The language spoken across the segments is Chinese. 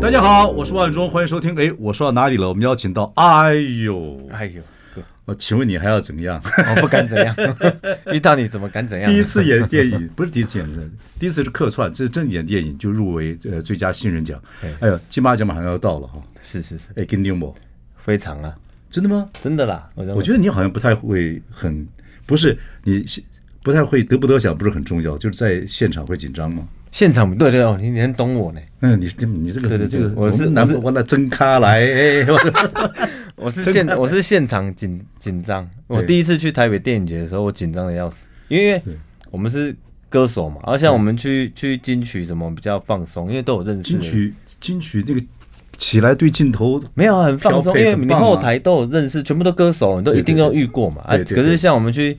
大家好，我是万忠，欢迎收听。哎，我说到哪里了？我们邀请到，哎呦，哎呦，对，我请问你还要怎么样？我不敢怎 样，遇到你怎么敢怎样？ 第一次演电影， 不是第一次演的，第一次是客串，这是正演电影就入围呃最佳新人奖。哎呦，金马奖马上要到了哈，是是是，哎，跟你有没有非常啊，真的吗？真的啦，我认为我觉得你好像不太会很，不是你不太会得不得奖不是很重要，就是在现场会紧张吗？现场对对哦，你你很懂我呢，嗯，你这你这个对对你这对个，我是拿我是我那真咖来，哎，我是现我是现场紧紧张，我对第一次去台北电影节的时候，我紧张的要死，因为我们是歌手嘛，啊而且我们去去金曲什么比较放松，因为都有认识金的人。曲金曲那个起来对镜头没有很放调松，配因为很你棒啊后台都有认识，全部都歌手，你都一定对对都遇过嘛。啊，对对对可是像我们去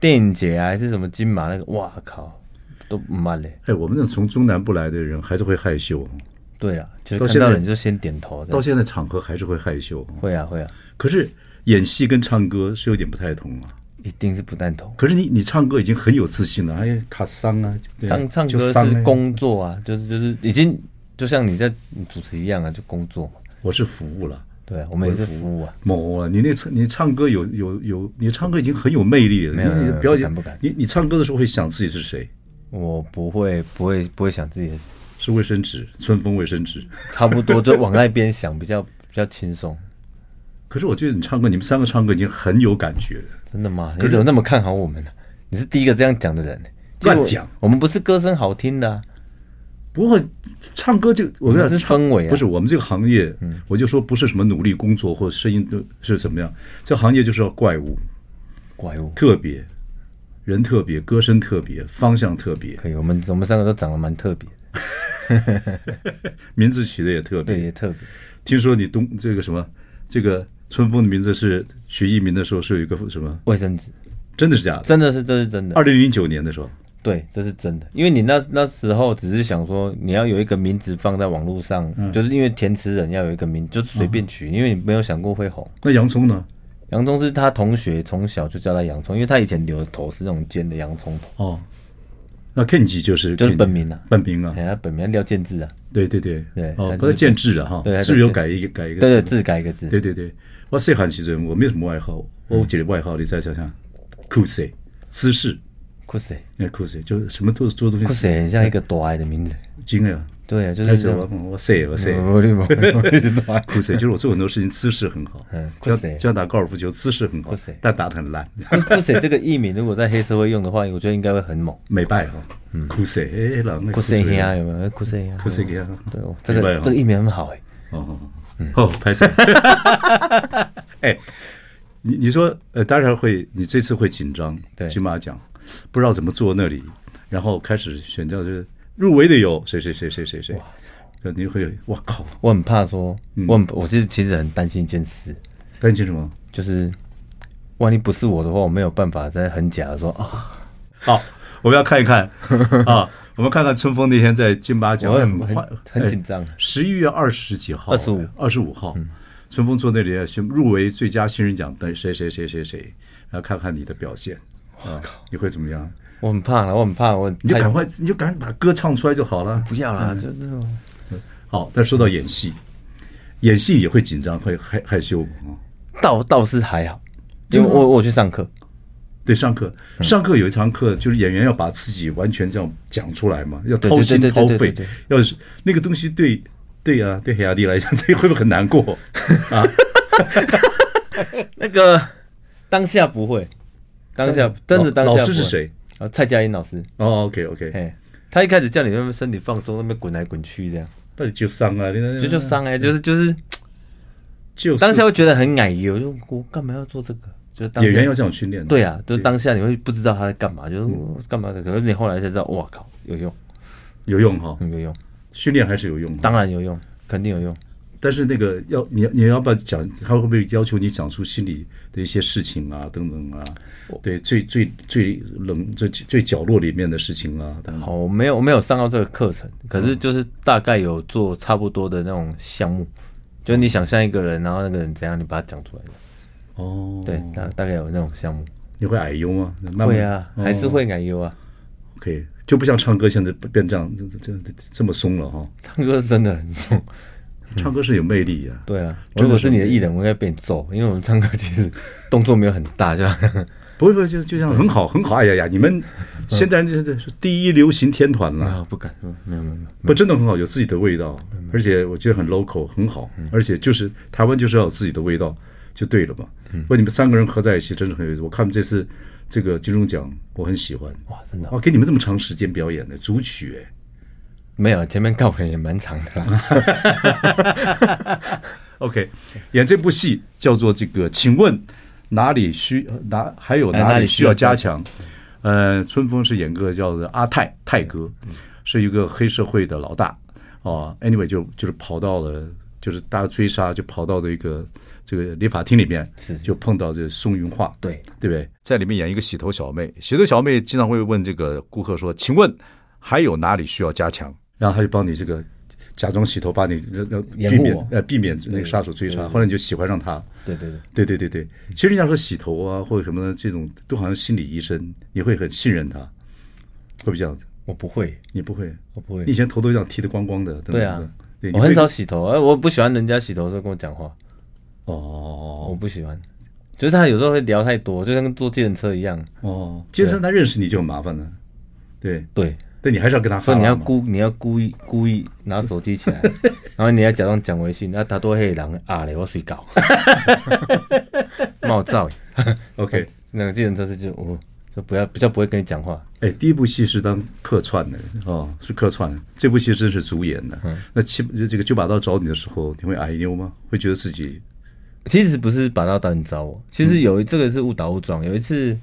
电影节啊，还是什么金马那个，哇靠，都不慢嘞。哎，我们那种从中南部来的人还是会害羞，对啊，就到是现看在到人就先点头这到样。现在场合还是会害羞。会啊会啊，可是演戏跟唱歌是有点不太同啊。一定是不赞同。可是你你唱歌已经很有自信了，哎呀，卡桑啊，对啊唱唱就歌桑啊是工作啊，就是就是已经就像你在主持一样啊，就工作嘛。我是服务了。对啊，我们也是服务啊。某啊，你那唱你唱歌有有有，你唱歌已经很有魅力了。没有你没有你没有表不演敢不敢你你唱歌的时候会想自己是谁？我不会不会不会想自己的事，是卫生纸，春风卫生纸。差不多就往那边想，比较比较轻松。可是我觉得你唱歌，你们三个唱歌已经很有感觉了。真的吗？你怎么那么看好我们呢、你是第一个这样讲的人、乱结果讲我们不是歌声好听的啊、不过唱歌就我跟你我讲们是氛围啊嗯不是我们这个行业，我就说不是什么努力工作或声音都是怎么样，这行业就是要怪物，怪物。特别，人特别，歌声特别，方向特别，可以，我们我们三个都长得蛮特别的，名字起的也特对，别。也特别。听说你东这个什么，这个春风的名字是取艺名的时候是有一个什么？卫生纸真的是假的？真的是这是真的，二零零九年的时候，对，这是真的。因为你那那时候只是想说你要有一个名字放在网络上，就是因为填词人要有一个名，就随便取，因为你没有想过会红。那洋葱呢？洋葱是他同学从小就叫他洋葱，因为他以前留的头是那种尖的洋葱头，哦，那 Kenji 就是就是 Kenji 本名啊本名啊哎，，他本名廖建志啊，对对对，对哦他，不就是是建制啊对哈，他是有叫改一个改一个，对对，，字改一个字，对对对，我细汉时阵我没有什么外号，我有一个外号你再想想，酷谁姿势，酷谁？那酷谁就是什么都做东酷西，谁很像一个大爱的名字。精啊，对啊，就开是始这我样。我谁我谁。我的妈！我酷谁就是我做很多事情姿势很好，嗯酷就谁像打高尔夫球姿势很好酷谁，但打得很烂，酷谁这个艺名，如果在黑社会用的话，我觉得应该会很猛。没败哈。酷谁哎，人嗯酷啊谁呀？有没有？酷谁呀？酷谁呀？对，哦这没办个法这个艺嗯名很好哎。哦，哦，拍手。 哎，你你说，呃，当然会，你这次会紧张，对金马奖不知道怎么坐那里，然后开始选掉就是入围的有谁谁谁谁谁谁，呃，你会哇靠，我很怕说，嗯我很我是其实很担心一件事，担心什么？就是万一不是我的话，我没有办法在很假的说啊，好，我们要看一 看啊，我们看看春风那天在金马奖我很很欢很紧张。啊十一月二十几号，哎25二十五号，嗯春风坐那里啊宣入围最佳新人奖等谁谁谁谁谁，然后看看你的表现，啊，你会怎么样？我很怕了，我很怕，我你就太赶快，嗯你就赶紧把歌唱出来就好了。不要啦，就那种好，但说到演戏，演戏也会紧张，会害害羞啊。倒倒是还好，因为我我去上课，对，上课嗯上课有一堂课，就是演员要把自己完全这样讲出来嘛，要掏心对对对掏对对肺对对。要是那个东西对对啊，对黑亚迪来讲， 对会不会很难过啊？那个当下不会，当下真的当下老不会老师是谁？啊，蔡佳音老师，哦，OK OK，嘿，他一开始叫你那边身体放松，那边滚来滚去这样，那你就伤啊，你就就伤哎、就是就是就是当下会觉得很矮油，就我干嘛要做这个？就是当下演员要这样训练的。对嗯啊，就是当下你会不知道他在干嘛，就是我干嘛的，可是你后来才知道，哇靠，有用，有用哈，嗯有用，训练还是有用。当然有用，肯定有用，但是那个要你你要不要讲，他会不会要求你讲出心里的一些事情啊，等等啊？对，最最最冷最最角落里面的事情啊，等等好，我没有我没有上到这个课程，可是就是大概有做差不多的那种项目，就你想象一个人，然后那个人怎样，你把它讲出来。哦，对，大大概有那种项目。你会矮优吗？慢慢会啊，还是哦会奶油啊。 OK，就不像唱歌现在变这样这这这这么松了哈、唱歌是真的很重。嗯唱歌是有魅力啊。 对啊，真的如果是是你的艺人，我应该被你揍，因为我们唱歌其实动作没有很大，就不会不会，就就像很好嗯很好，哎呀呀，你们现在这这是第一流行天团了，啊不敢，没有没有没有。不真的很好，有自己的味道，嗯而且我觉得很 local 很好，而且就是台湾就是要有自己的味道就对了嘛。嗯不，你们三个人合在一起真的很有意思。我看这次这个金钟奖，我很喜欢。哇，真的哦哇，给你们这么长时间表演的主曲哎，没有，前面告白也蛮长的啦。 OK，演这部戏叫做这个，请问哪里需哪还有哎哪哪里里需要加强？呃，春风是演个叫做阿泰泰哥，是一个黑社会的老大哦。Anyway，就就是跑到了，就是大家追杀，就跑到这个这个理发厅里面，是就碰到这宋云画， 对，对不对？在里面演一个洗头小妹，洗头小妹经常会问这个顾客说：“请问还有哪里需要加强？”然后他就帮你这个假装洗头，把你让让掩避护免我呃避免那个杀手追杀。后来你就喜欢上他，对对对，对对对对。其实你想说洗头啊或者什么的这种，都好像心理医生，你会很信任他，会不会这样子？我不会，你不会，我不会你以。前头都这样剃得光光的，等等对啊的对，我你会很少洗头，哎，我不喜欢人家洗头的时候跟我讲话，我哦不喜欢。就是他有时候会聊太多，就像跟坐计程车一样。哦，接着他认识你就很麻烦了，对，对，但你还是要跟他所哈以你拉要嘛故你要故意故意拿手机 起来，然后你要假装讲微信，那他都会人啊嘞，我睡 觉，冒照。 OK。那个计程车司机就我就不要比较不会跟你讲话，哎，第一部戏是当客串的哦，是客串。这部戏真是主演嗯的。那七这个九把刀找你的时候，你会矮妞吗？会觉得自己其实不是把刀打你找我，其实有一、这个是误打误撞，有一次。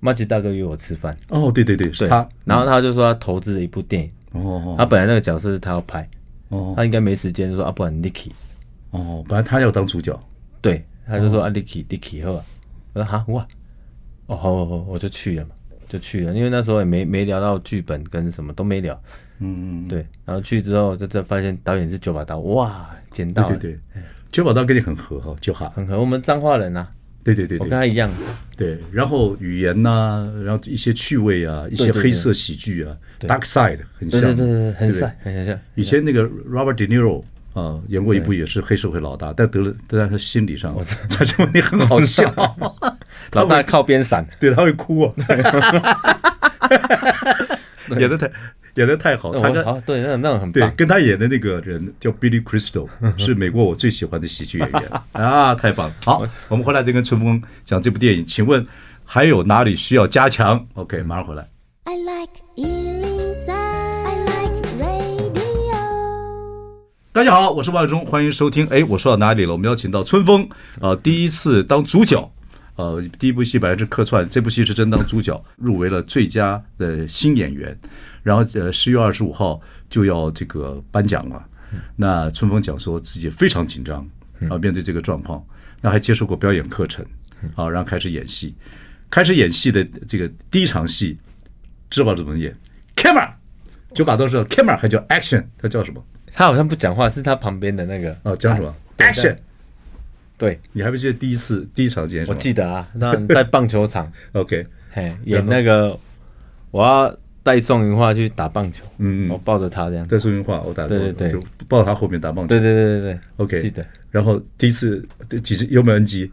马吉大哥约我吃饭，哦，对对对，是对嗯他，然后他就说他投资了一部电影，哦他本来那个角色是他要拍，哦他应该没时间，就说啊，不然 Nicky，哦，本来他要当主角，对，他就说、哦啊，Nicky Nicky 后，我说哈哇，哦好好好，我就去了嘛，就去了，因为那时候也没没聊到剧本跟什么都没聊，嗯，对，然后去之后就就发现导演是九把刀，哇，捡到对了，对对，九把刀跟你很合哈，九哈，很合，我们彰化人啊，对对对我跟对他一样，对，然后语言呐，然后一些趣味啊，一些对对对黑色喜剧啊，Dark Side 很对像，对对对，很不对帅，很像。以前那个 Robert De Niro 啊、演过一部也是黑社会老大，但得了，但他心理上，他这问题很好 笑，老大靠边闪，对，他会哭啊，演的太演的太好，那哦他嗯我跟好啊对，那种那种很对棒。跟他演的那个人叫 Billy Crystal，是美国我最喜欢的喜剧演员啊，太棒了！好，我们回来再跟春风讲这部电影，请问还有哪里需要加强？OK，马上回来。 I like Ealing Sound. I like radio. 大家好，我是万忠，欢迎收听。哎，我说到哪里了？我们邀请到春风，呃，第一次当主角，呃，第一部戏本来是客串，这部戏是真当主角，入围了最佳的新演员。然后呃，十月二十五号就要这个颁奖了。那春风讲说自己非常紧张啊，面对这个状况，那还接受过表演课程啊，然后开始演戏。开始演戏的这个第一场戏，知道怎么演？camera，九把刀是 camera 还叫 action，它叫什么？他好像不讲话，是他旁边的那个啊，讲什么对？Action！对，你还不记得第一次第一场演什我么记得啊，那在棒球场， ？OK，嘿，演那个我要带宋云画去打棒球，嗯嗯我抱着他这样，对在说明话，我打对对对就抱他后面打棒球。对对对对 OK，记得。然后第一次几次有没有 NG？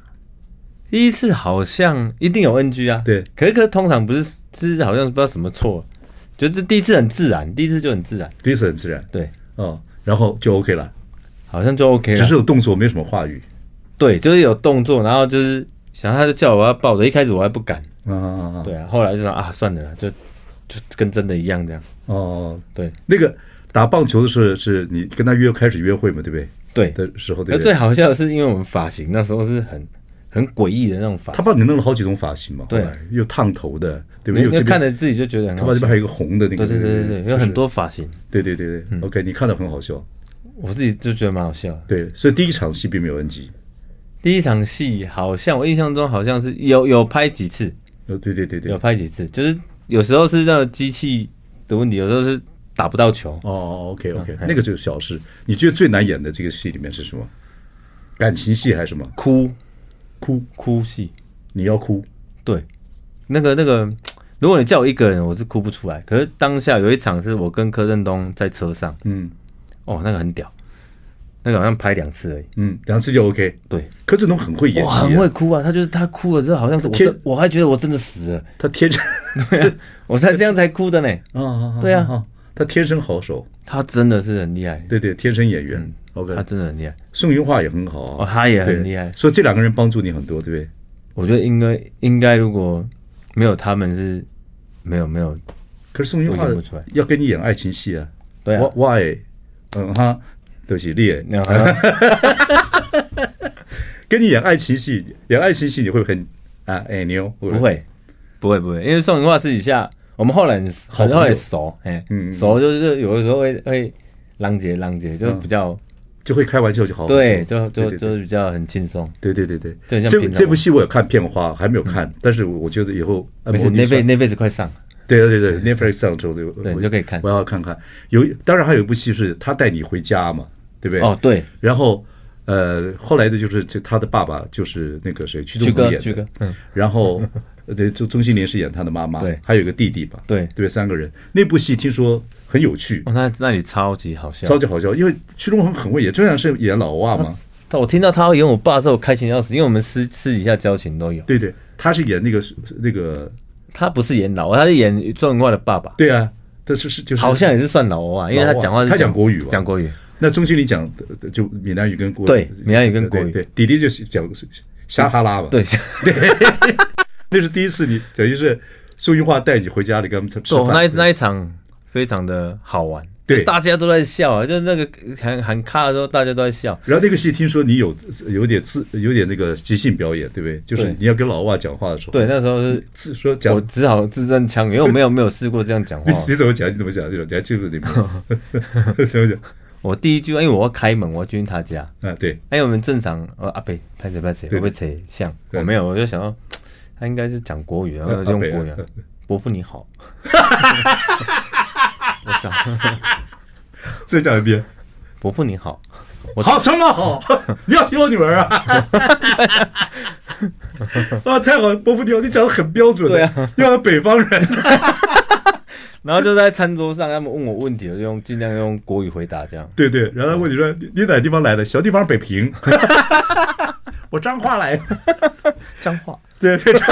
第一次好像一定有 NG 啊，对可是可是通常不是是好像不知道什么错，就是第一次很自然，第一次就很自然，第一次很自然，对，哦，然后就 OK 了，好像就 OK 了。只是有动作，没什么话语对，就是有动作，然后就是想他就叫我要抱着，一开始我还不敢，啊。对啊，后来就想啊算了啦，就就跟真的一样这样，哦，对那个打棒球的是是你跟他约开始约会嘛，对不对？对。的时候，对那不对最？好笑的是，因为我们发型那时候是很很诡异的那种发他型，帮你弄了好几种发型嘛，对后来又烫头的，对不对？你又你这看边着自己就觉得很头好发这笑边还。有一个红的那个，对对对对对，有很多发型，对对对对，OK，你看到很好笑，我自己就觉得蛮好笑的。对，所以第一场戏并没有 NG。第一场戏好像我印象中好像是有有拍几次，呃，对对对对，有拍几次，就是有时候是那个机器的问题，有时候是打不到球。哦，OK OK，嗯那个就是小事。你觉得最难演的这个戏里面是什么？感情戏还是什么？哭哭，哭戏，你要哭，对，那个那个，如果你叫我一个人，我是哭不出来。可是当下有一场是我跟柯震东在车上，嗯哦，那个很屌，那个好像拍两次而已。嗯，两次就 OK。对，柯震东很会演哇，戏、很会，哭啊！他就是他哭了之后，好像我天真我还觉得我真的死了，他天生 我才这样才哭的呢。啊啊，对啊他天生好手，他真的是很厉害，对对，天生演员。OK，嗯他真的很厉害。宋云画也很好啊，哦他也很对厉害所以这两个人帮助你很多，对不对？我觉得应该应该如果没有他们是没有没有，可是宋云画都演不出来要跟你演爱情戏啊，对啊我，我爱，嗯哈，对不起，烈，那好像跟你演爱情戏，演爱情戏你会很啊哎妞， 不，会不会不会，因为宋云化私底下我们后来很好朋友后来熟，哎、嗯嗯熟就是有的时候会会浪姐浪姐，就比较、就会开玩笑就好。哦对，就对就对就是比较很轻松。对对对对，就很像这平常这部戏我有看片花，还没有看，但是我觉得以后按没摩事，女呃嗯那算辈那辈子快上了，对对对对，Netflix 上周的，对我你就可以看我要看看。有，当然还有一部戏是他带你回家嘛，对不对？哦，对，然后呃，后来的就是这他的爸爸就是那个谁，屈曲中哥古演曲的哥，嗯，然后呃对，就钟欣凌是演他的妈妈，对还有一个弟弟吧，对对，三个人。那部戏听说很有趣，哦，那那里超级好笑。超级好笑，因为屈中恒很会演，就像是演老蛙嘛，但我听到他要演我爸的时候，我开心得要死，因为我们私私底下交情都有。对对，他是演那个那个，他不是演老，他是演宋云化的爸爸。对啊，但是是就是好像也是算老啊，因为他讲话是他讲国语吧讲 国语，那钟欣凌讲的就闽南语跟国对闽南语跟国语对，对弟弟就是讲撒哈拉嘛，对，， 那是第一次你等于是宋云化带你回家里跟他们吃对，饭，我那一那一场非常的好玩，对大家都在笑啊，就是那个喊喊卡的时候，大家都在笑，然后那个戏听说你有有点自有点那个即兴表演，对不对？就是对你要跟老外讲话的时候，对，，那时候是自说我讲只好字正腔圆，因为我没有没有试过这样讲 话你，你怎么讲你怎么讲这种，你还记不记得 你？ 怎么讲？我第一句，因为我要开门，我要进他家，啊，对，因为我们正常，呃，阿北拍谁拍谁，对会不会谁像？对我没有，我就想到他应该是讲国语，然后用国 语阿北啊啊，伯父你好， 我讲 再讲一遍。伯父你好，好什么哦好？你 要娶我女儿 啊？啊，太好了，伯父你好，你讲的很标准。对啊，要北方人。 然后就在餐桌上，他们问我问题，我就用尽量用国语回答这样。对对，然后他问你说你你哪地方来的？小地方北平。 我彰化来的。脏话。对对。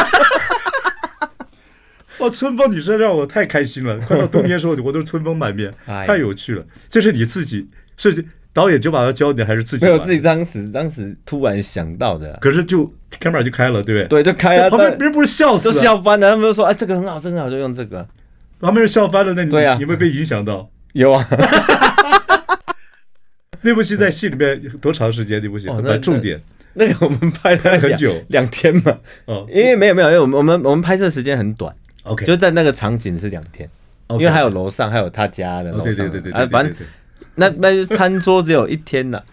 哇，春风你身上我太开心了！快到冬天的时候，我都春风满面，哎呀太有趣了。这是你自己，是导演就把它教你，还是自己没把？有自己当时当时突然想到的啊，可是就 camera 就开了，对不对？对，就开啊，旁边别但人不是笑死就了？笑翻了。他们就说啊，这个很好，这个很好，就用这个。旁边人笑翻了，那你对啊你会被影响到。有啊，那部戏在戏里面多长时间？那部戏哦很那重点那个我们拍了很两久两天嘛，哦因为没有没有，因为我们我们我们拍摄时间很短， ，OK，就在那个场景是两天。因 OK 为还有楼上，还有他家的哦楼对上，对对对啊对，，反对正对对那那餐桌只有一天呐。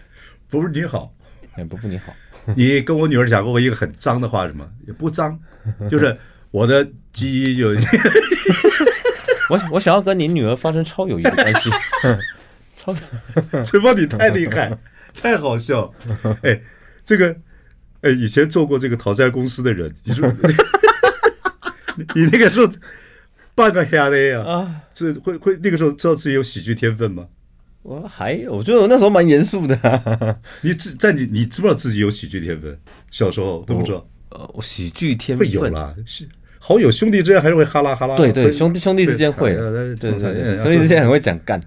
不是你好，哎，伯父你好，你跟我女儿讲过一个很脏的话，什么也不脏，就是 我的基因有，我我想要跟你女儿发生超友谊的关 系，超陈芳你太厉 害，太好笑，哎，这个，哎，以前做过这个讨债公司的人，你说 你你那个时候半个黑的呀，啊。这会会那个时候知道自己有喜剧天分吗？我还我觉得我那时候蛮严肃的、啊，你自在你你知不知道自己有喜剧天分？小时候都不知道，呃，我喜剧天会分有啦，是好友兄弟之间还是会哈拉哈拉。对对，会兄弟兄弟之间会，对对对对对，兄弟之间很会讲干，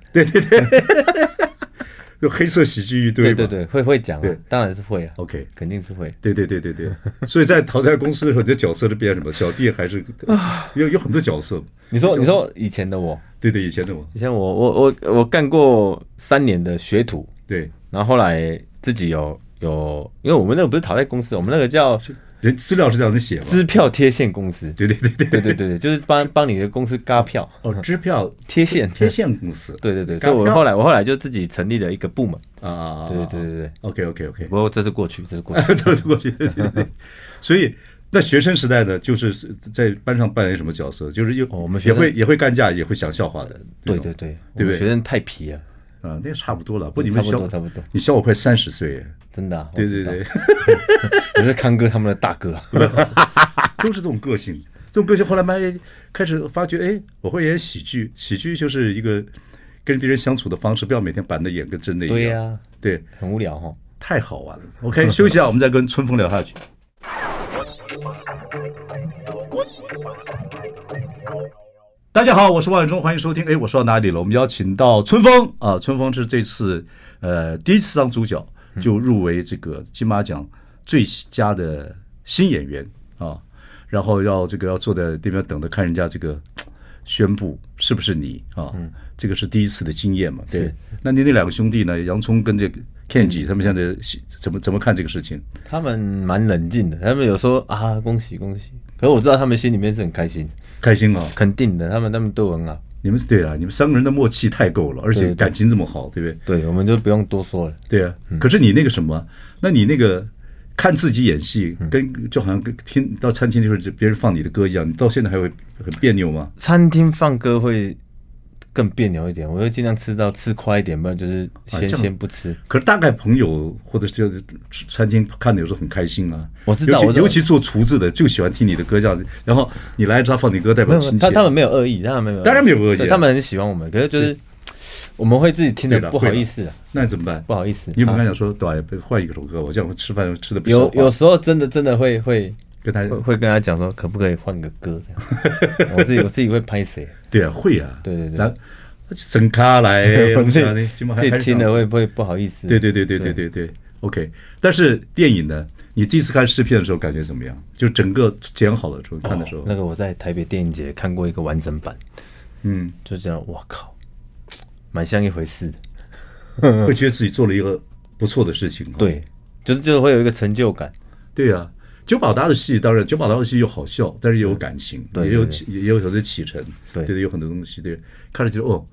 有黑色喜剧一堆对嘛。对对，会会讲对哦啊，当然是会啊 OK 肯定是会。对对对对对，所以在淘汰公司的时候，你的角色是变什么？小弟还是啊有有很多角色。你说你说以前的我，对对，以前的我，以前我我我我干过三年的学徒，对然后后来自己有有，因为我们那个不是淘汰公司，我们那个叫人资料是这样子写嘛？支票贴现公司，对对对对，对对对对，就是帮帮你的公司嘎票哦， 支票贴现，贴现公司，对对对，嘎所以我票后来我后来就自己成立了一个部门，啊，对对对对对， ，OK OK OK，不过这是过去，这是 过去，走过去，对对 对，所以。那学生时代呢，就是在班上扮演什么角色？就是又、哦我们学也生会也会干架，也会讲笑话的。对这种对对，我对不们对学生太皮了，啊，那个差不多了。不，你们差不小多差不多你小我快三十岁耶，真的啊，我对对知道对，， 我是康哥他们的大哥，啊都是这种个性。这种个性后来慢慢开始发觉，哎，我会演喜剧，喜剧就是一个跟别人相处的方式，不要每天板着演跟真的一样。对呀，对，很无聊哈，太好玩了。OK，休息一下，我们再跟春风聊下去。大家好，我是万永忠，欢迎收听。哎，我说到哪里了？我们邀请到春风啊，春风是这次呃第一次当主角嗯就入围这个金马奖最佳的新演员啊，然后要这个要坐在那边等着看人家这个宣布是不是你啊？这个是第一次的经验嘛？对嗯是。嗯那您那两个兄弟呢？洋葱跟这个 Kenji 他们现在喜怎么怎么看这个事情？他们蛮冷静的，他们有说啊恭喜恭喜，可是我知道他们心里面是很开心，开心啊！肯定的，他们他们对我很好，你们对啊，你们三个人的默契太够了，而对且对感情这么好，对不对？对我们就不用多说了，对啊，可是你那个什么，那你那个看自己演戏，嗯跟就好像跟听到餐厅就是别人放你的歌一样，你到现在还会很别扭吗？餐厅放歌会更别扭一点，我会尽量吃到吃快一点，不然就是啊先这样先不吃。可是大概朋友或者是就是餐厅看的有时候很开心啊，我知道尤我其知道尤其做厨子的就喜欢听你的歌这样，然后你来他放你歌代没表有，亲切，他他们没有恶意，他们没有，当然没有恶意啊对他们很喜欢我们，可是就是我们会自己听对啦的不好意思啊，那你怎么办？不好意思。你有没有跟他啊讲说，导演换一个首歌，我这样会吃饭吃的不消有化有时候真的真的会会跟他会会跟他讲说，可不可以换个歌 这样？我自己我自己会拍谁？对啊会啊，对对对来整咖来， 我自己弄啥呢今晚还自哎还己是啊听想了会不会不好意思？对对对对对对对，OK。但是电影呢，你第一次看试片的时候感觉怎么样？就整个剪好了之后看的时候，哦那个我在台北电影节看过一个完整版，嗯，就这样，我靠，蛮像一回事的。会觉得自己做了一个不错的事情哦。嗯对，就是就是会有一个成就感。对啊，九把刀的戏当然九把刀的戏又好笑，但是也有感情，对也有对起也有很多启程，对对，有很多东西，对，看着觉得哦，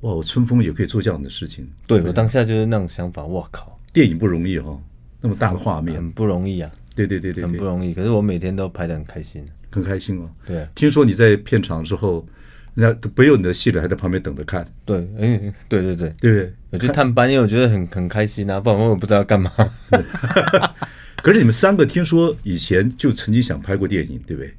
哇，我春风也可以做这样的事情，对我当下就是那种想法，我靠，电影不容易哈、哦，那么大的画面，很不容易啊，对对对对很不对，容易。可是我每天都拍的很开心。很开心哦。对啊听说你在片场之后，人家都没有你的戏了，还在旁边等着看，对，嗯，对对对，对不对？我去探班，因为我觉得很很开心啊，不然我也不知道干嘛。可是你们三个听说以前就曾经想拍过电影，对不对？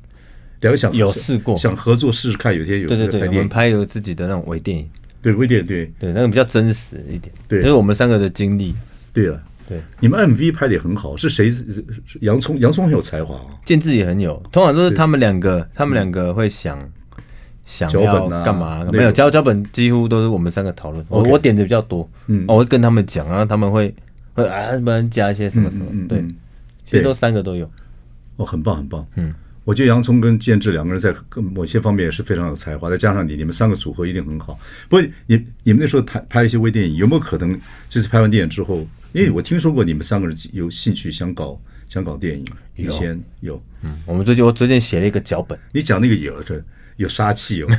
两个想有试过想合作试试看，有一天有 对拍对对，我电们影，拍有自己的那种微电影，对微电影，对对，那个比较真实一点，对就是我们三个的经历。对了，对，你们 MV 拍的也很好，是谁？是洋葱，洋葱很有才华啊，建制也很有，通常都是他们两个，他们两个会想。想嗯脚要本啊干嘛？内没有容脚脚本，几乎都是我们三个讨论。我 OK 我点子比较多，嗯哦我会跟他们讲，然后他们会会啊，不然加一些什么什嗯么，对，其对实都三个都有。哦，很棒，很棒。嗯，我觉得洋葱跟建志两个人在各某些方面也是非常有才华，再加上你，你们三个组合一定很好。不过你你们那时候拍拍一些微电影，有没有可能就是拍完电影之后？因为我听说过你们三个人有兴趣想搞想搞电影，以有前有。嗯，我们最近我最近写了一个脚 本，你讲那个有这有杀气 哦，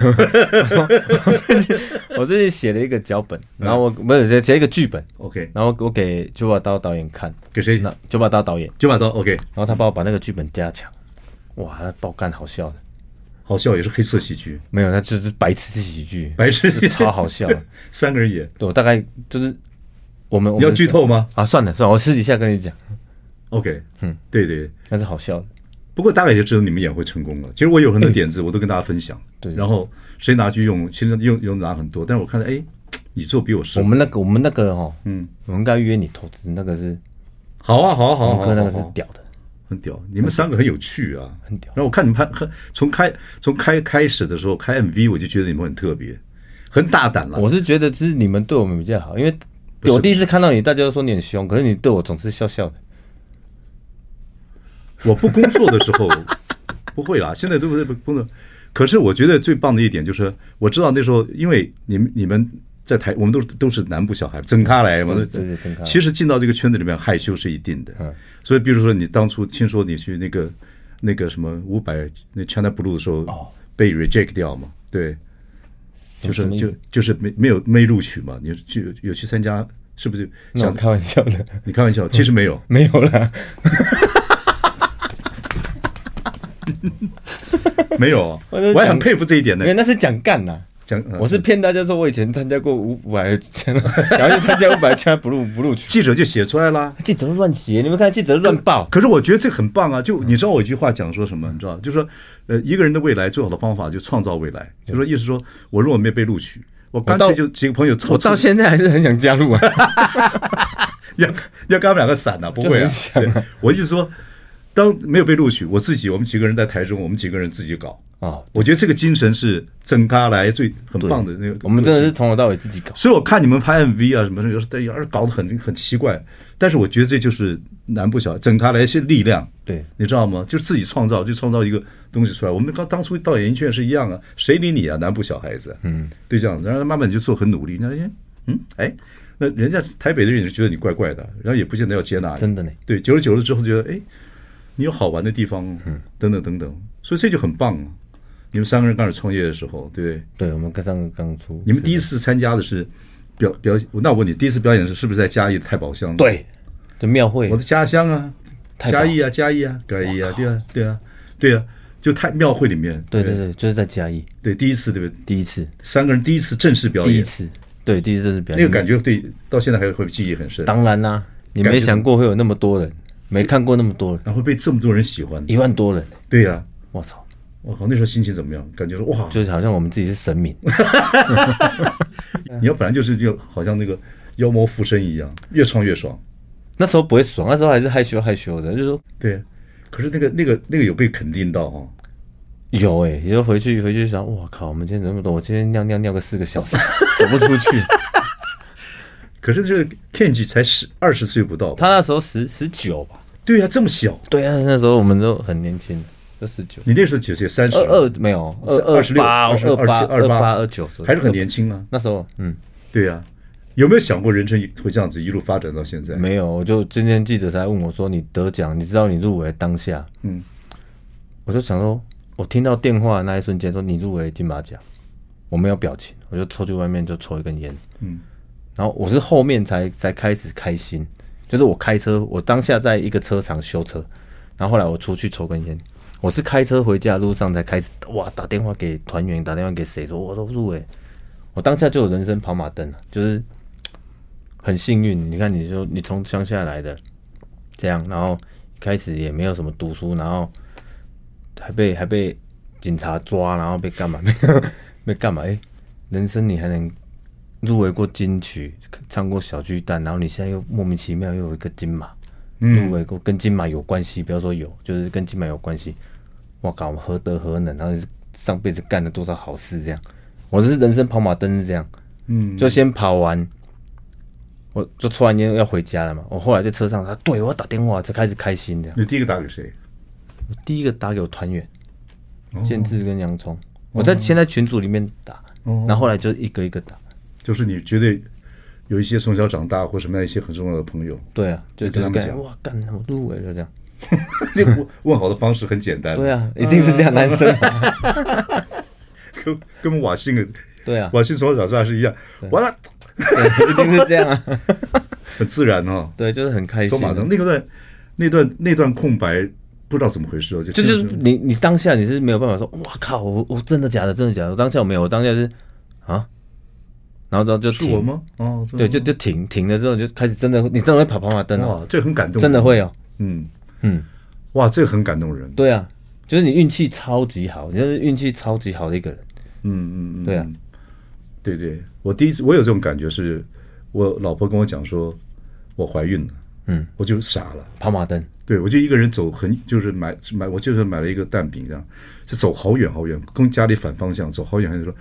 我最近写了一个脚本，嗯然后我不是写写一个剧本， OK，然后我给九把刀导演看，给谁那九把刀导演，九把刀？OK，然后他帮我把那个剧本加强，哇，那爆干好笑的，好笑也是黑色喜剧，没有，那就是 白痴喜剧，白痴就超好笑的。 三个人演。对我大概就是我们我你要们剧透吗啊，算了算了，我私底下跟你讲， OK，嗯，对对。那是好笑的。不过大概也知道你们演会成功了。其实我有很多点子，我都跟大家分享。对然后谁拿去用，其实用用拿很多，但是我看到哎，你做比我我深。们那个我们那个哦，嗯，我们应该约你投资，那个是好啊，好啊，好我啊们哥那好啊，个是好啊屌的，很屌。你们三个很有趣啊，很屌然后我看你们拍，很从开从开开始的时候开 MV，我就觉得你们很特别，很大胆了。我是觉得是你们对我们比较好，因为是我第一次看到你，大家都说你很凶，可是你对我总是笑笑的。我不工作的时候不会啦，现在都不是不工作。可是我觉得最棒的一点就是，我知道那时候因为你们你们在台，我们都是都是南部小孩，整咖来嘛，对对对整咖其实进到这个圈子里面，害羞是一定的。嗯所以比如说你当初听说你去那个那个什么五百那 China Blue 的时候，哦被 reject 掉嘛，对，就什是么意思就就是没没有没录取嘛，你就有去参加，是不是？那我想开玩笑的，你开玩笑，其实没有，没有啦，没有啊，嗯 我在我还讲很佩服这一点因呢为。那是讲干呐。讲，嗯我是骗大家说我以前参加过五五百圈，想要去参加五百圈不录不录取。记者就写出来啦。记者都乱写，你们看记者都乱报，可是我觉得这个很棒啊！嗯就你知道我一句话讲说什么？你知道，就是说，呃，一个人的未来最好的方法就创造未来。就说意思说，我如果没有被录取，我干脆到就几个朋友我凑到凑， 现在还是很想加入啊。要要跟他们两个散啊，不会就啊很。想对 我意思说，当没有被录取，我自己我们几个人在台中，我们几个人自己搞。哦，我觉得这个精神是整咖来最很棒的那个。我们真的是从头到尾自己搞。所以我看你们拍 MV 啊什么的，有时候有时候搞得很很奇怪，但是我觉得这就是南部小孩整他来是力量，对你知道吗？就是自己创造，就创造一个东西出来。我们刚当初到演艺圈是一样啊，谁理你啊？南部小孩子，嗯，对这样子，然后慢慢你就做很努力，人家哎，嗯，哎，那人家台北的人就觉得你怪怪的，然后也不见得要接纳你，真的呢对，久而久了之后觉得哎，你有好玩的地方，嗯，等等等等，所以这就很棒啊。你们三个人刚始创业的时候，对不对？对，我们刚上刚出，你们第一次参加的是表表，那我问你，第一次表演是是不是在嘉义的太保乡？，对，这庙会我的家乡啊，太保嘉义啊，嘉义啊，嘉义啊，对啊，对啊，对啊，就太庙会里面，对对对，就是在嘉义对，第一次对不对？第一次，三个人第一次正式表演，第一次，对，第一次是表那演个感。觉对，到现在还会记忆很深，当然啦、你感没觉想过会有那么多人，没看过那么多人，然后被这么多人喜欢，一万多人，对呀，我操！我靠，那时候心情怎么样？感觉说哇，就是好像我们自己是神 明，你要本来就是就好像那个妖魔附身一样，越唱越爽，那时候不会爽，那时候还是害羞害羞的，就是说对。可是那个那个那个有被肯定到哈、有哎、也就回去回去想，我靠，我们今天怎么多？我今天尿尿尿个四个小 时，走不出去。 可是这个 Kenji 才十二十岁不到吧，他那时候十十九吧，对呀、这么小，对啊，那时候我们都很年轻，就十九。你那时候几岁？三十二二没有，二二十六、八、二二十二八、七、二二八、二二九左右，还是很年轻啊。那时候，嗯，对呀、有没有想过人生会这样子一路发展到现在？没有。我就今天记者才问我说：“你得奖，你知道你入围当下？”嗯，我就想说，我听到电话的那一瞬间说你入围金马奖，我没有表情，我就抽去外面就抽一根烟。嗯，然后我是后面才才开始开心，就是我开车，我当下在一个车厂修车，然后后来我出去抽根烟，我是开车回家的路上才开始哇打电话给团员，打电话给谁说我都入围，我当下就有人生跑马灯了，就是很幸运。你看，你就你从乡下来的这样，然后一开始也没有什么读书，然后还被还被警察抓，然后被干嘛？被 被干嘛？哎、人生你还能入围过金曲，唱过小巨蛋，然后你现在又莫名其妙又有一个金马，入围过跟金马有关系，不要说有，就是跟金马有关系。我靠，我何德何能？然后你是上辈子干了多少好事？这样，我是人生跑马灯是这样，嗯，就先跑完，我就抽完烟要回家了嘛。我后来在车上，他对我要打电话才开始开心这样。你第一个打给谁？我第一个打给我团员，哦建志跟洋葱，我在先在群组里面打，哦然后后来就一个一个打。就是你觉得有一些从小长大或什么样一些很重要的朋友， 对啊，就就跟就他们是干讲哇干，我入围了这样。那问问好的方式很简单。对，啊，一定是这样，男生啊。 跟跟我们瓦信的，对啊，瓦信从小长大是一样，完了对一定是这 样啊。很自然哦，对，就是很开走心。啊马灯那个段那段那段空白，不知道怎么回事哦，就就就是你你当下你是没有办法说，哇靠，我我真的假的，真的假的。我当下我没有，我当下是啊，然后然后就是停我吗？哦，是我对，吗就就停停了之后，你就开始真的，你真的会跑跑马灯哇哦，，啊这很感动，真的会哦，嗯，嗯，哇，这很感动人。对啊，就是你运气超级好，你就是运气超级好的一个人，嗯嗯嗯，对啊嗯，对对，我第一次我有这种感觉是，我老婆跟我讲说，我怀孕了，嗯，我就傻了，跑马灯，对我就一个人走很，就是买买，我就是买了一个蛋饼这样，就走好远好远，跟家里反方向走好远，他就说，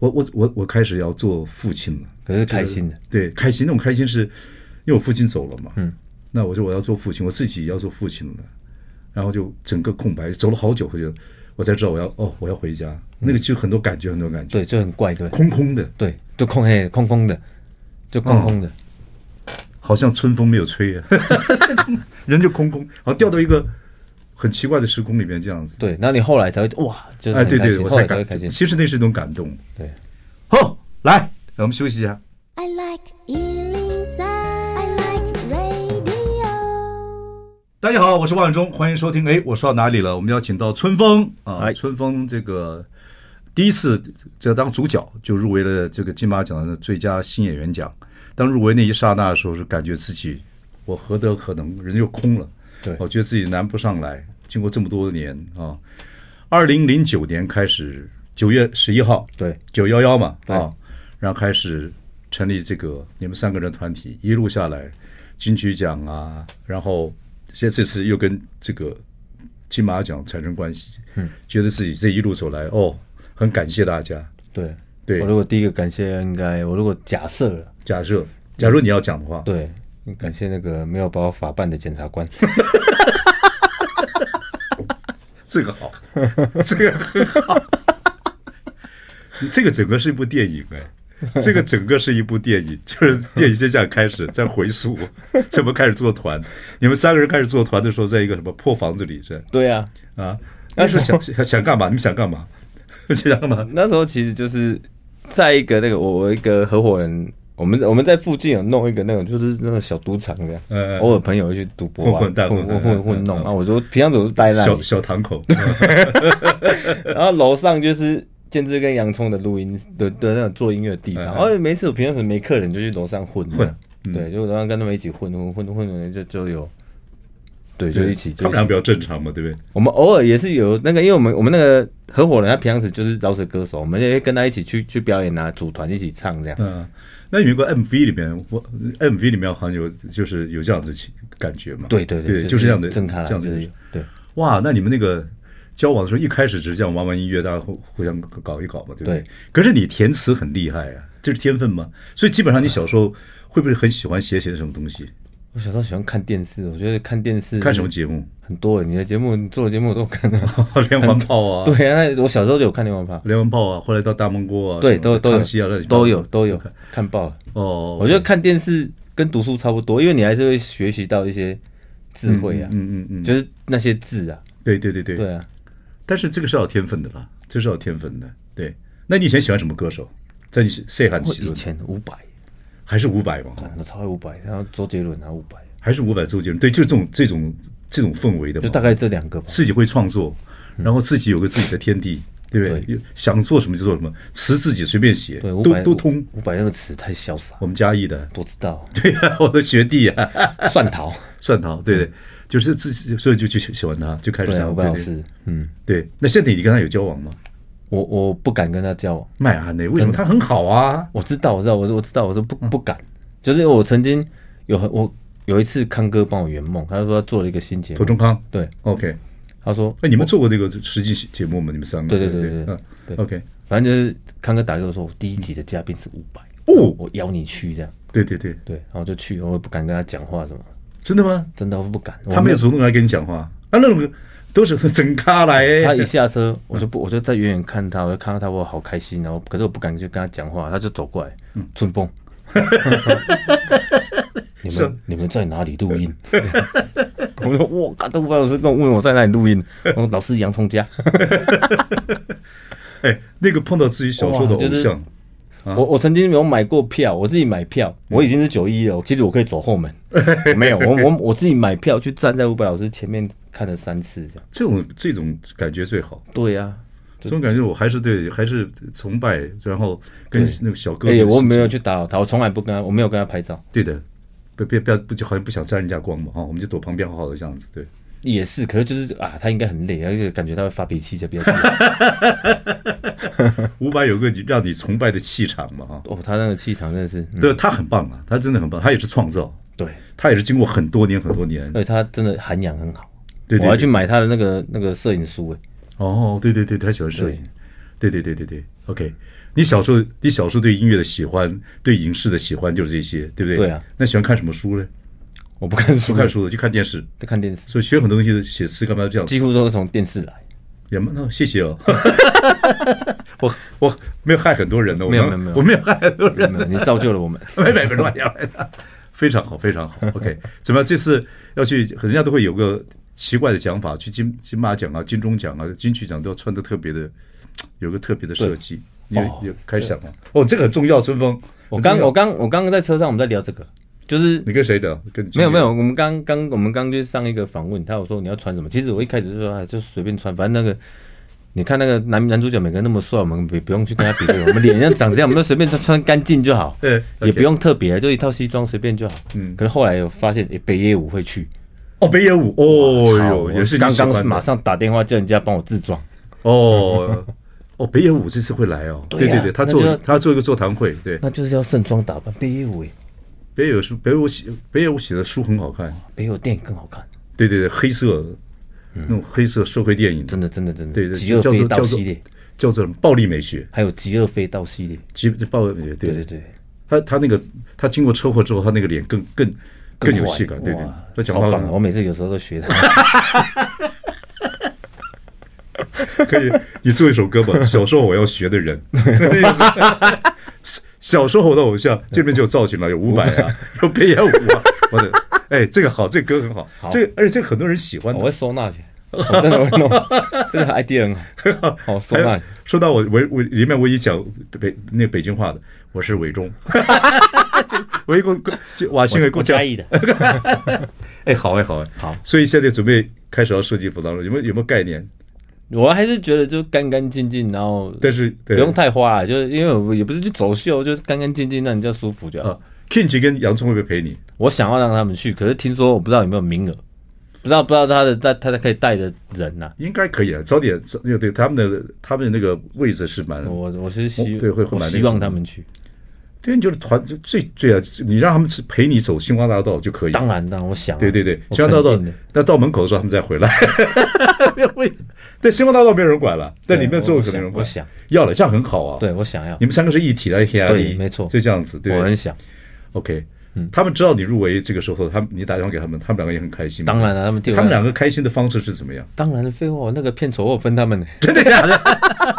我我我我开始要做父亲了。可是开心的，对，开心那种开心是，因为我父亲走了嘛，嗯，那我说我要做父亲，我自己也要做父亲了，然后就整个空白，走了好久，我觉得我才知道我要哦，我要回家。那个就很多感觉，很多感觉，嗯对，就很怪，对不对，空空的，对，就空黑空空的，就空嗯空的，好像春风没有吹 啊，人就空空，好像掉到一个很奇怪的时空里面这样子。对，然后你后来才会哇，就是哎，很对开对，心，我后来才会感开心，其实那是一种感动。对，好，来，让我们休息一下。 I like Ealing Sound. I like radio. 大家好，我是万永忠，欢迎收听。哎，我说到哪里了？我们邀请到春风啊，哎春风这个第一次这当主角就入围了这个金马奖的最佳新演员奖。当入围那一刹那的时候，是感觉自己我何德何能，人就空了。哦对我觉得自己难不上来。经过这么多年啊，二零零九年开始，九月十一号，对，九幺幺嘛对啊，然后开始成立这个你们三个人团体，一路下来，金曲奖啊，然后现在这次又跟这个金马奖产生关系，嗯，觉得自己这一路走来，哦，很感谢大家。对，对我如果第一个感谢应该，我如果假设了，假设假如你要讲的话，对，感谢那个没有把我法办的检 察官， 这个好， 这个很好，这个整个是一部电影哎，这个整个是一部电影， 就是电影现在开始在回溯 怎么开始做团，你们三个人开始做团的时候，在一个什么破房子里是对啊，啊，那时候想想想干嘛？你们想干嘛？ 想干嘛？那时候其实就是在一个那个我我一个合伙人，我们我们在附近有弄一个那种就是那种小赌场这样，嗯嗯偶尔朋友会去赌 博啊混混蛋混混混混混混弄嗯啊，我说平常怎么待在那小里，小堂口，然后楼上就是。建志跟洋葱的录音的的那种做音乐的地方，嗯嗯哦，没事，我平常时没客人就去楼上混，混嗯对，就然后跟他们一起混混混混混，就就有，对，就一起，他们就一俩起比较正常嘛，对不对？我们偶尔也是有那个，因为我们我们那个合伙人，他平常时就是饶舌歌手，我们也会跟他一起去去表演啊，组团一起唱这样。嗯，那你们个 MV 里面，我 MV 里面好像有就是有这样的情感觉嘛？对对对，就是这样的，郑开来这样的就是对哇，那你们那个交往的时候，一开始只是这样玩玩音乐，大家互互相搞一搞嘛，对不对？对可是你填词很厉害啊，这是天分吗？所以基本上你小时候会不会很喜欢写写什么东西？我小时候喜欢看电视，我觉得看电视看什么节目？ 很多，你的节目你做的节目我都有看啊。连环炮啊，对啊，那我小时候就有看连环炮，连环炮啊，后来到大闷锅啊，对，什么都都有康熙啊，乱七八糟都有都有看报。哦。我觉得看电视跟读书差不多，因为你还是会学习到一些智慧啊，嗯嗯嗯，嗯就是那些字啊，对对对对对啊。但是这个是要天分的啦，这是要天分的。对，那你以前喜欢什么歌手？在你岁寒我期以间前五百，哦还是伍佰嘛？干我超爱五百，然后周杰伦啊五百，还是伍佰、周杰伦？对，就是这种这种这种氛围的嘛，就大概这两个吧。自己会创作，然后自己有个自己的天地，对不对？嗯对有想做什么就做什么，词自己随便写，对，都500都通。哦五百那个词太潇洒，我们嘉义的， 都知道对呀、我的学弟啊， 蒜头，蒜头，对对，就是自己，所以就去喜欢他，就开始嗯对啊，想伍佰老对对师，嗯，对。那现在你跟他有交往吗？我我不敢跟他交往。麦阿内为什么他很好啊？我知道，我知道，我我知道，我说嗯不不敢，就是因为我曾经有很我有一次康哥帮我圆梦，他就说他做了一个新节涂目，中康对， ，OK。他说哎，你们做过这个实际节目吗？你们三个？对对对对不对嗯对，OK。反正就是康哥打给我说，我第一集的嘉宾是伍佰，哦我邀你去这样，对对对，对，然后我就去，我也不敢跟他讲话什么，真的吗？真的我不敢，他没有主动来跟你讲话啊？那种都是 整咖来 欸，他一下车，我就不，我就在远远看他，我就看到他，我好开心，然后可是我不敢去跟他讲话，他就走过来，春风，你是们你们在哪里录音？我说我干，都不知道老师跟我问我在哪里录音，我说老师洋葱家，哎，那个碰到自己小时候的哇就偶是像，我我曾经有买过票，我自己买票，我已经是九一了，其实我可以走后门，没有，我我我自己买票去站在伍佰老师前面看了三次这样，哎这种这种感觉最好。对呀、这种感觉我还是对，还是崇拜，然后跟那个小哥哥哎、的我心没有情去打扰他，我从来不跟他，我没有跟他拍照。对的，不别不要不就好像不想沾人家光嘛哈，我们就躲旁边好好的这样子，对，也是，可是就是啊，他应该很累，而且感觉他会发脾气，就比较 伍佰有个你让你崇拜的气场嘛哈，哦，他那个气场真的是，嗯对，他很棒啊，他真的很棒，他也是创造，对，他也是经过很多年很多年，而且他真的涵养很好。对对我还对去买他的那个那个摄影书哎，哦，对对对，他喜欢摄影，对对对对对，OK，你小时候你小时候对音乐的喜欢，对影视的喜欢就是这些，对不对？对啊，那喜欢看什么书呢？我不看书，不看，书了，就看电视，就看电视，所以学很多东西写词干嘛要这样子？几乎都是从电视来。也蛮那谢谢 哦，我我没有害很多人呢，我没有刚没有没有我没有害很多人，没有你造就了我们。没没没乱讲，乱讲非常好非常 好。OK，怎么样？这次要去，人家都会有个奇怪的讲法，去金金马奖啊、金钟奖啊、金曲奖都要穿的特别的，有个特别的设计。你有哦有开始想吗？哦，这个很重要，春风。 我很重刚要我刚我刚刚在车上我们在聊这个，就是你跟谁聊？跟没有没有，，我们刚刚我们刚去上一个访问，他有说你要穿什么？其实我一开始就说啊，就随便穿，反正那个你看那个男男主角每个人那么帅，我们不不用去跟他比这 个，我们脸上长这样，我们就随便穿穿干净就 好，对也 OK 不用特别，就一套西装随便就好。嗯嗯，可是后来有发现，诶北野武会去，哦，北野武哦操哟，我也是你刚喜欢的刚马上打电话叫人家帮我自装，哦。哦，北野武这次会来哦，对啊对对，他那做就他做一个座谈会，对，那就是要盛装打扮。北野武、哎诶北野书北野武写北野武写的书很好看，北野武电影更好看，对对对，黑色那种黑色社会电影，嗯真的真的真的。对对极恶叫做飞叫刀做系列，叫做暴力美学，还有极恶飞刀系列，基暴力美学，对对对对。他他那个他经过车祸之后，他那个脸更更更有戏感，对对哇，他讲超棒啊！我到每次有时候都 学他。可以，你做一首歌吧，小时候我要学的 人， 小时候我的偶像，这边就有造型了，有伍佰啊，有北野武啊，我的，哎，这个好，这个歌很好，好这个而且这个很多人喜欢的我会，收纳去，我真的会弄， 这个 idea 很好，好收还纳有。说到我我我里面我一讲北那北京话的，我是伟 忠，我一共瓦辛给我我讲嘉。义的，哎，好哎，好哎，好所以现在准备开始要设计服装了，有没有有没有概念？ 我还是觉得就干干净净，然后但是不对用太花啊，就是因为我也不是去走秀，就是干干净净，让人家舒服就好。啊，Kinch 跟洋葱会不会陪你？我想要让他们去，可是听说我不知道有没有名额，不知道不知道他的他他可以带的人呐。应该可以啊，早点早对对，他们的他们的那个位置是蛮，我我是哦希对会会我买那希种望他们去，对，你就是团就最最啊，你让他们是陪你走星光大道就可以。当，然当然，我想啊对对对，我星光大道肯定的，那到门口的时候他们再回 来。没有位置但星光大道没有人管了，但里面对坐我可能有人我管。想我要了，这样很好啊。对，我想要你，们三个是一体的 K I 对没错就这样子，对我很嗯想。 OK，他们知道你入围这个时候，他们你打电话给他们，他们两个也很开心嘛。当然了，他们第二他们两个开心的方式是怎么样？当然了，废话，我那个片酬我有分他们呢， 真的假的？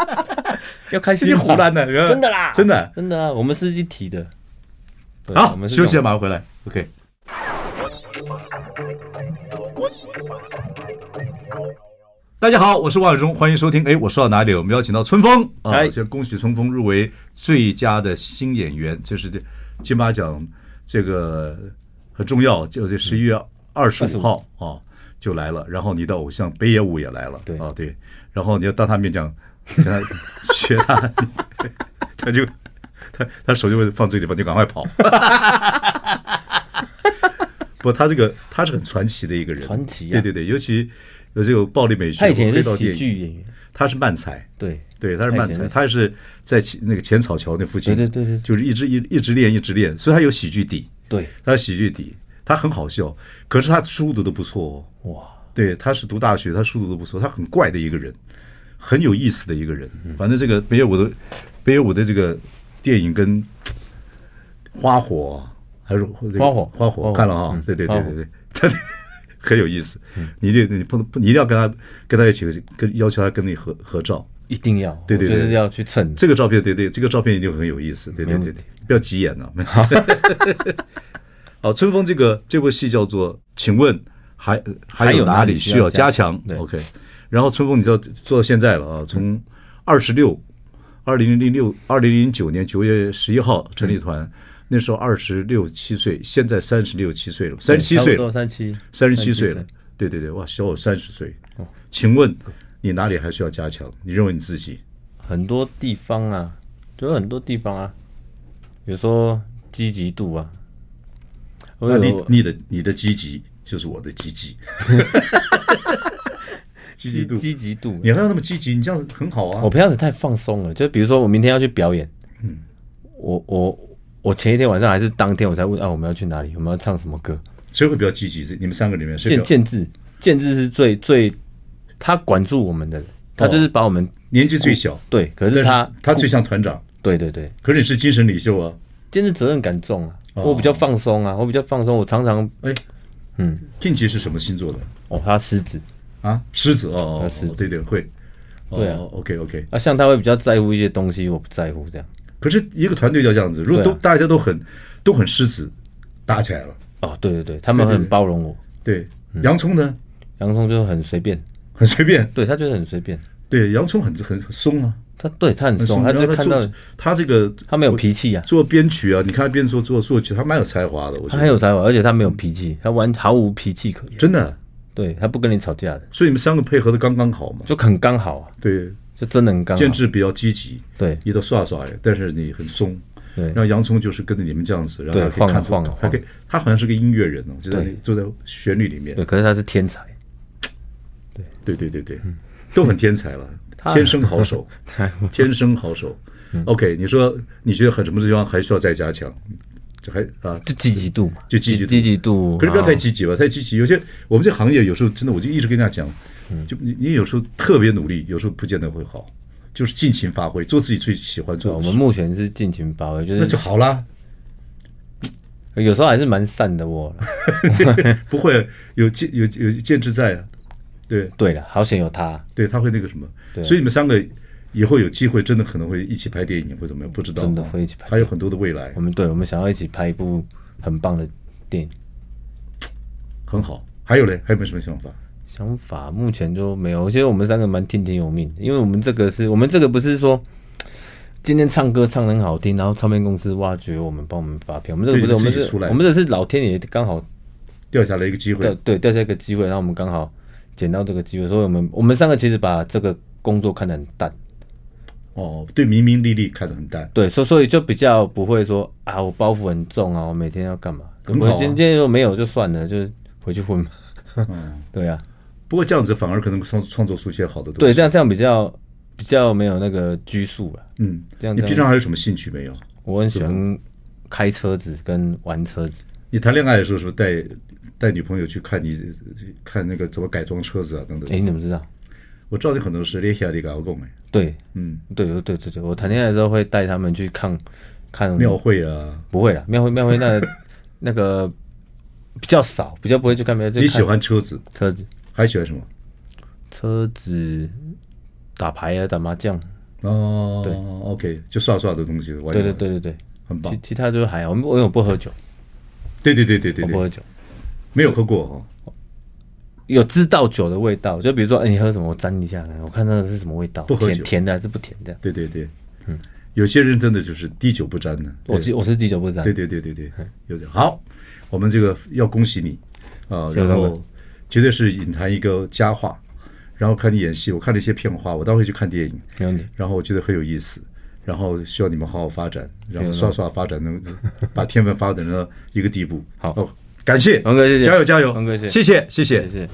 要开你心吧胡乱的， 真的啦，真的。真的啊，我们是一体的。对好我，们是休息这了，种马上回来。OK。大家好，我是王伟忠，欢迎收听。哎，我说到哪里了？我们邀请到春风啊，哎先恭喜春风入围最佳的新演员，就是这金马奖这个很重要，就这十一月二嗯十五号啊就来了。然后你的偶像北野武也来了，对啊对，然后你要当他面讲，跟他 学他， 他就他他手就会放这个地方，就赶快跑。 不，他这个他是很传奇的一个人，传奇啊对对对，尤其有这种暴力美学，他以前也黑是道喜电影，剧演员，他是慢才，对对，他是慢才，他他也是在前那个浅草桥那附近，对对对对就是一直一一直练一直练，所以他有喜剧底，对，他有喜剧底，他很好笑，可是他书读的不错哦，哇，对，他是读大学，他书读的不错，他很怪的一个人，很有意思的一个人。嗯反正这个北野武的北野武的这个电影跟嘖花火啊还是或者花火花花火火看了哈嗯，对对花对火嗯对对， 他很有意思。你得你不能不你一定要跟他跟他一起跟要求他跟你合合照。一定要，对对我就是对要去蹭。这个照片对对，这个照片一定很有意思。对对没对对问题，不要急 眼呐、啊。 好，春风这个这部戏叫做，请问还还有有哪哪里里需需要要加加强强对？OK，然后春风，你知道做到现在了啊，从二十六，二零零六，二零零九年九月十一号成立团，那时候二十六七岁，现在三十六七岁了，三十七岁了，三七，哦三十七岁了37。对对对，哇，小我三十岁。请问你哪里还需要加强？你认为你自己？很多地方啊，就有很多地方啊，比如说积极度啊，我那有你你的你的积极就是我的积 极，积极积度，积极哦度，你还要那么积极，你这样很好我啊。平常时太放松了，就比如说我明天要去表演，嗯我我我前一天晚上还是当天我才问啊，我们要去哪里，我们要唱什么歌？谁会比较积极？你们三个里面谁建比较建制，建制是最最他管住我们的人，他就是把我们、年纪最小？对，哦可但是他哦他最像团长，对对对，可是你是精神领袖啊。建制责任感重啊，哦我比较放松啊，我比较放松，我常常哎嗯，Kinchi 是什么星座的哦，他狮子，啊？狮子哦，哦他狮子哦对对，会对啊，OK OK。啊，像他会比较在乎一些东西，我不在乎这样。可是一个团队要这样子，如果都、对啊大家都很都很狮子，打起来了。哦，对对对，他们对对对很包容我。对，嗯洋葱呢 洋葱就很随便，很随便，对他就是很随便，对，洋葱很很很松啊，他对他很很松，松。他然后就他看到做他这个他没有脾气啊，做编曲啊，你看他编做做作曲，他蛮有才华的，我觉他很得有才华，而且他没有脾气，他完毫无脾气可言。真的。对他不跟你吵架的，所以你们三个配合的刚刚好嘛。就很刚好啊，对，就真的很刚好建。制比较积极，对你都刷刷的，但是你很松。对然后洋葱就是跟着你们这样子，然后对还可以看出晃啊晃啊还可以，他好像是个音乐人哦，就在那对坐在旋律里面对，。可是他是天才， 对对对对，都很天才了，嗯他嗯天生好手，才天生好 手。OK，你说你觉得很什么地方还需要再加强？就还啊，就积极度嘛，就积极度积极度，可是不要然后太积极吧，太积极，有些我们这行业有时候真的，我就一直跟大家讲，嗯就你你有时候特别努力，有时候不见得会好，就是尽情发挥，做自己最喜欢对做我的们事，目前是尽情发挥，就那是就好啦。有时候还是蛮善的我啦。不会有见有有见志在啊，对对了，好险有他，对，他会那个什么，对所以你们三个以后有机会真的可能会一起拍电影或怎么样，不知道真的啊会一起拍还有很多的未来我，们对我们想要一起拍一部很棒的电影。很好。还有嘞，还有没有什么想法？想法目前就没有，我觉得我们三个蛮听天由命的，因为我们这个是我们这个不是说今天唱歌唱得很好听，然后唱片公司挖掘我们帮我们发片，我们这个不是对我们自己是出来的我们这是老天爷刚好掉下来一个机掉会，对掉下一个机会，然后我们刚好捡到这个机会，所以我们我们三个其实把这个工作看得很淡，哦，对，明明利利看得很淡，对，所所以就比较不会说啊我包袱很重啊，我每天要干嘛？很好啊我今天就没有就算了，就是回 去混嘛。嗯，对啊，不过这样子反而可能创创作出一些好的东对，西。这样这样比较比较没有那个拘束了。嗯，这样你这样平常还有什么兴趣没有？我很喜欢开车子跟玩车子，你谈恋爱的时候是不是带带女朋友去看你看那个怎么改装车子啊等等？哎、你怎么知道？我我知道你很多是列下的搞共哎，对，嗯，对，对，对，对，我谈恋爱的时候会带他们去看看庙，会啊，不会啦，庙会，庙会那 那个比较少，比较不会去看庙会。就你看喜欢车子，车子？还喜欢什么？车子打牌啊，打麻将，哦，对，OK，就刷刷的东西，玩一玩对对，对对对，很棒其。其他就还好，我我因为我不喝酒，对对对对对我哦不喝对，酒，没有喝过哈。有知道酒的味道，就比如说，哎、你喝什么？我沾一下，我看那个是什么味道，不喝甜酒甜的还是不甜的？对对对，有些人真的就是滴酒不沾的。嗯我嗯对我是滴酒不沾，对对对对对，有点好。我们这个要恭喜你啊，谢谢然老后板绝对是隐含一个佳话。然后看你演戏，我看了一些片花，我待会去看电影，没问题。然后我觉得很有意思，然后希望你们好好发展，然后刷刷发展， 能能把天分发展到一个地步。好哦，感谢王哥谢谢加油加油，王哥谢谢谢谢谢谢谢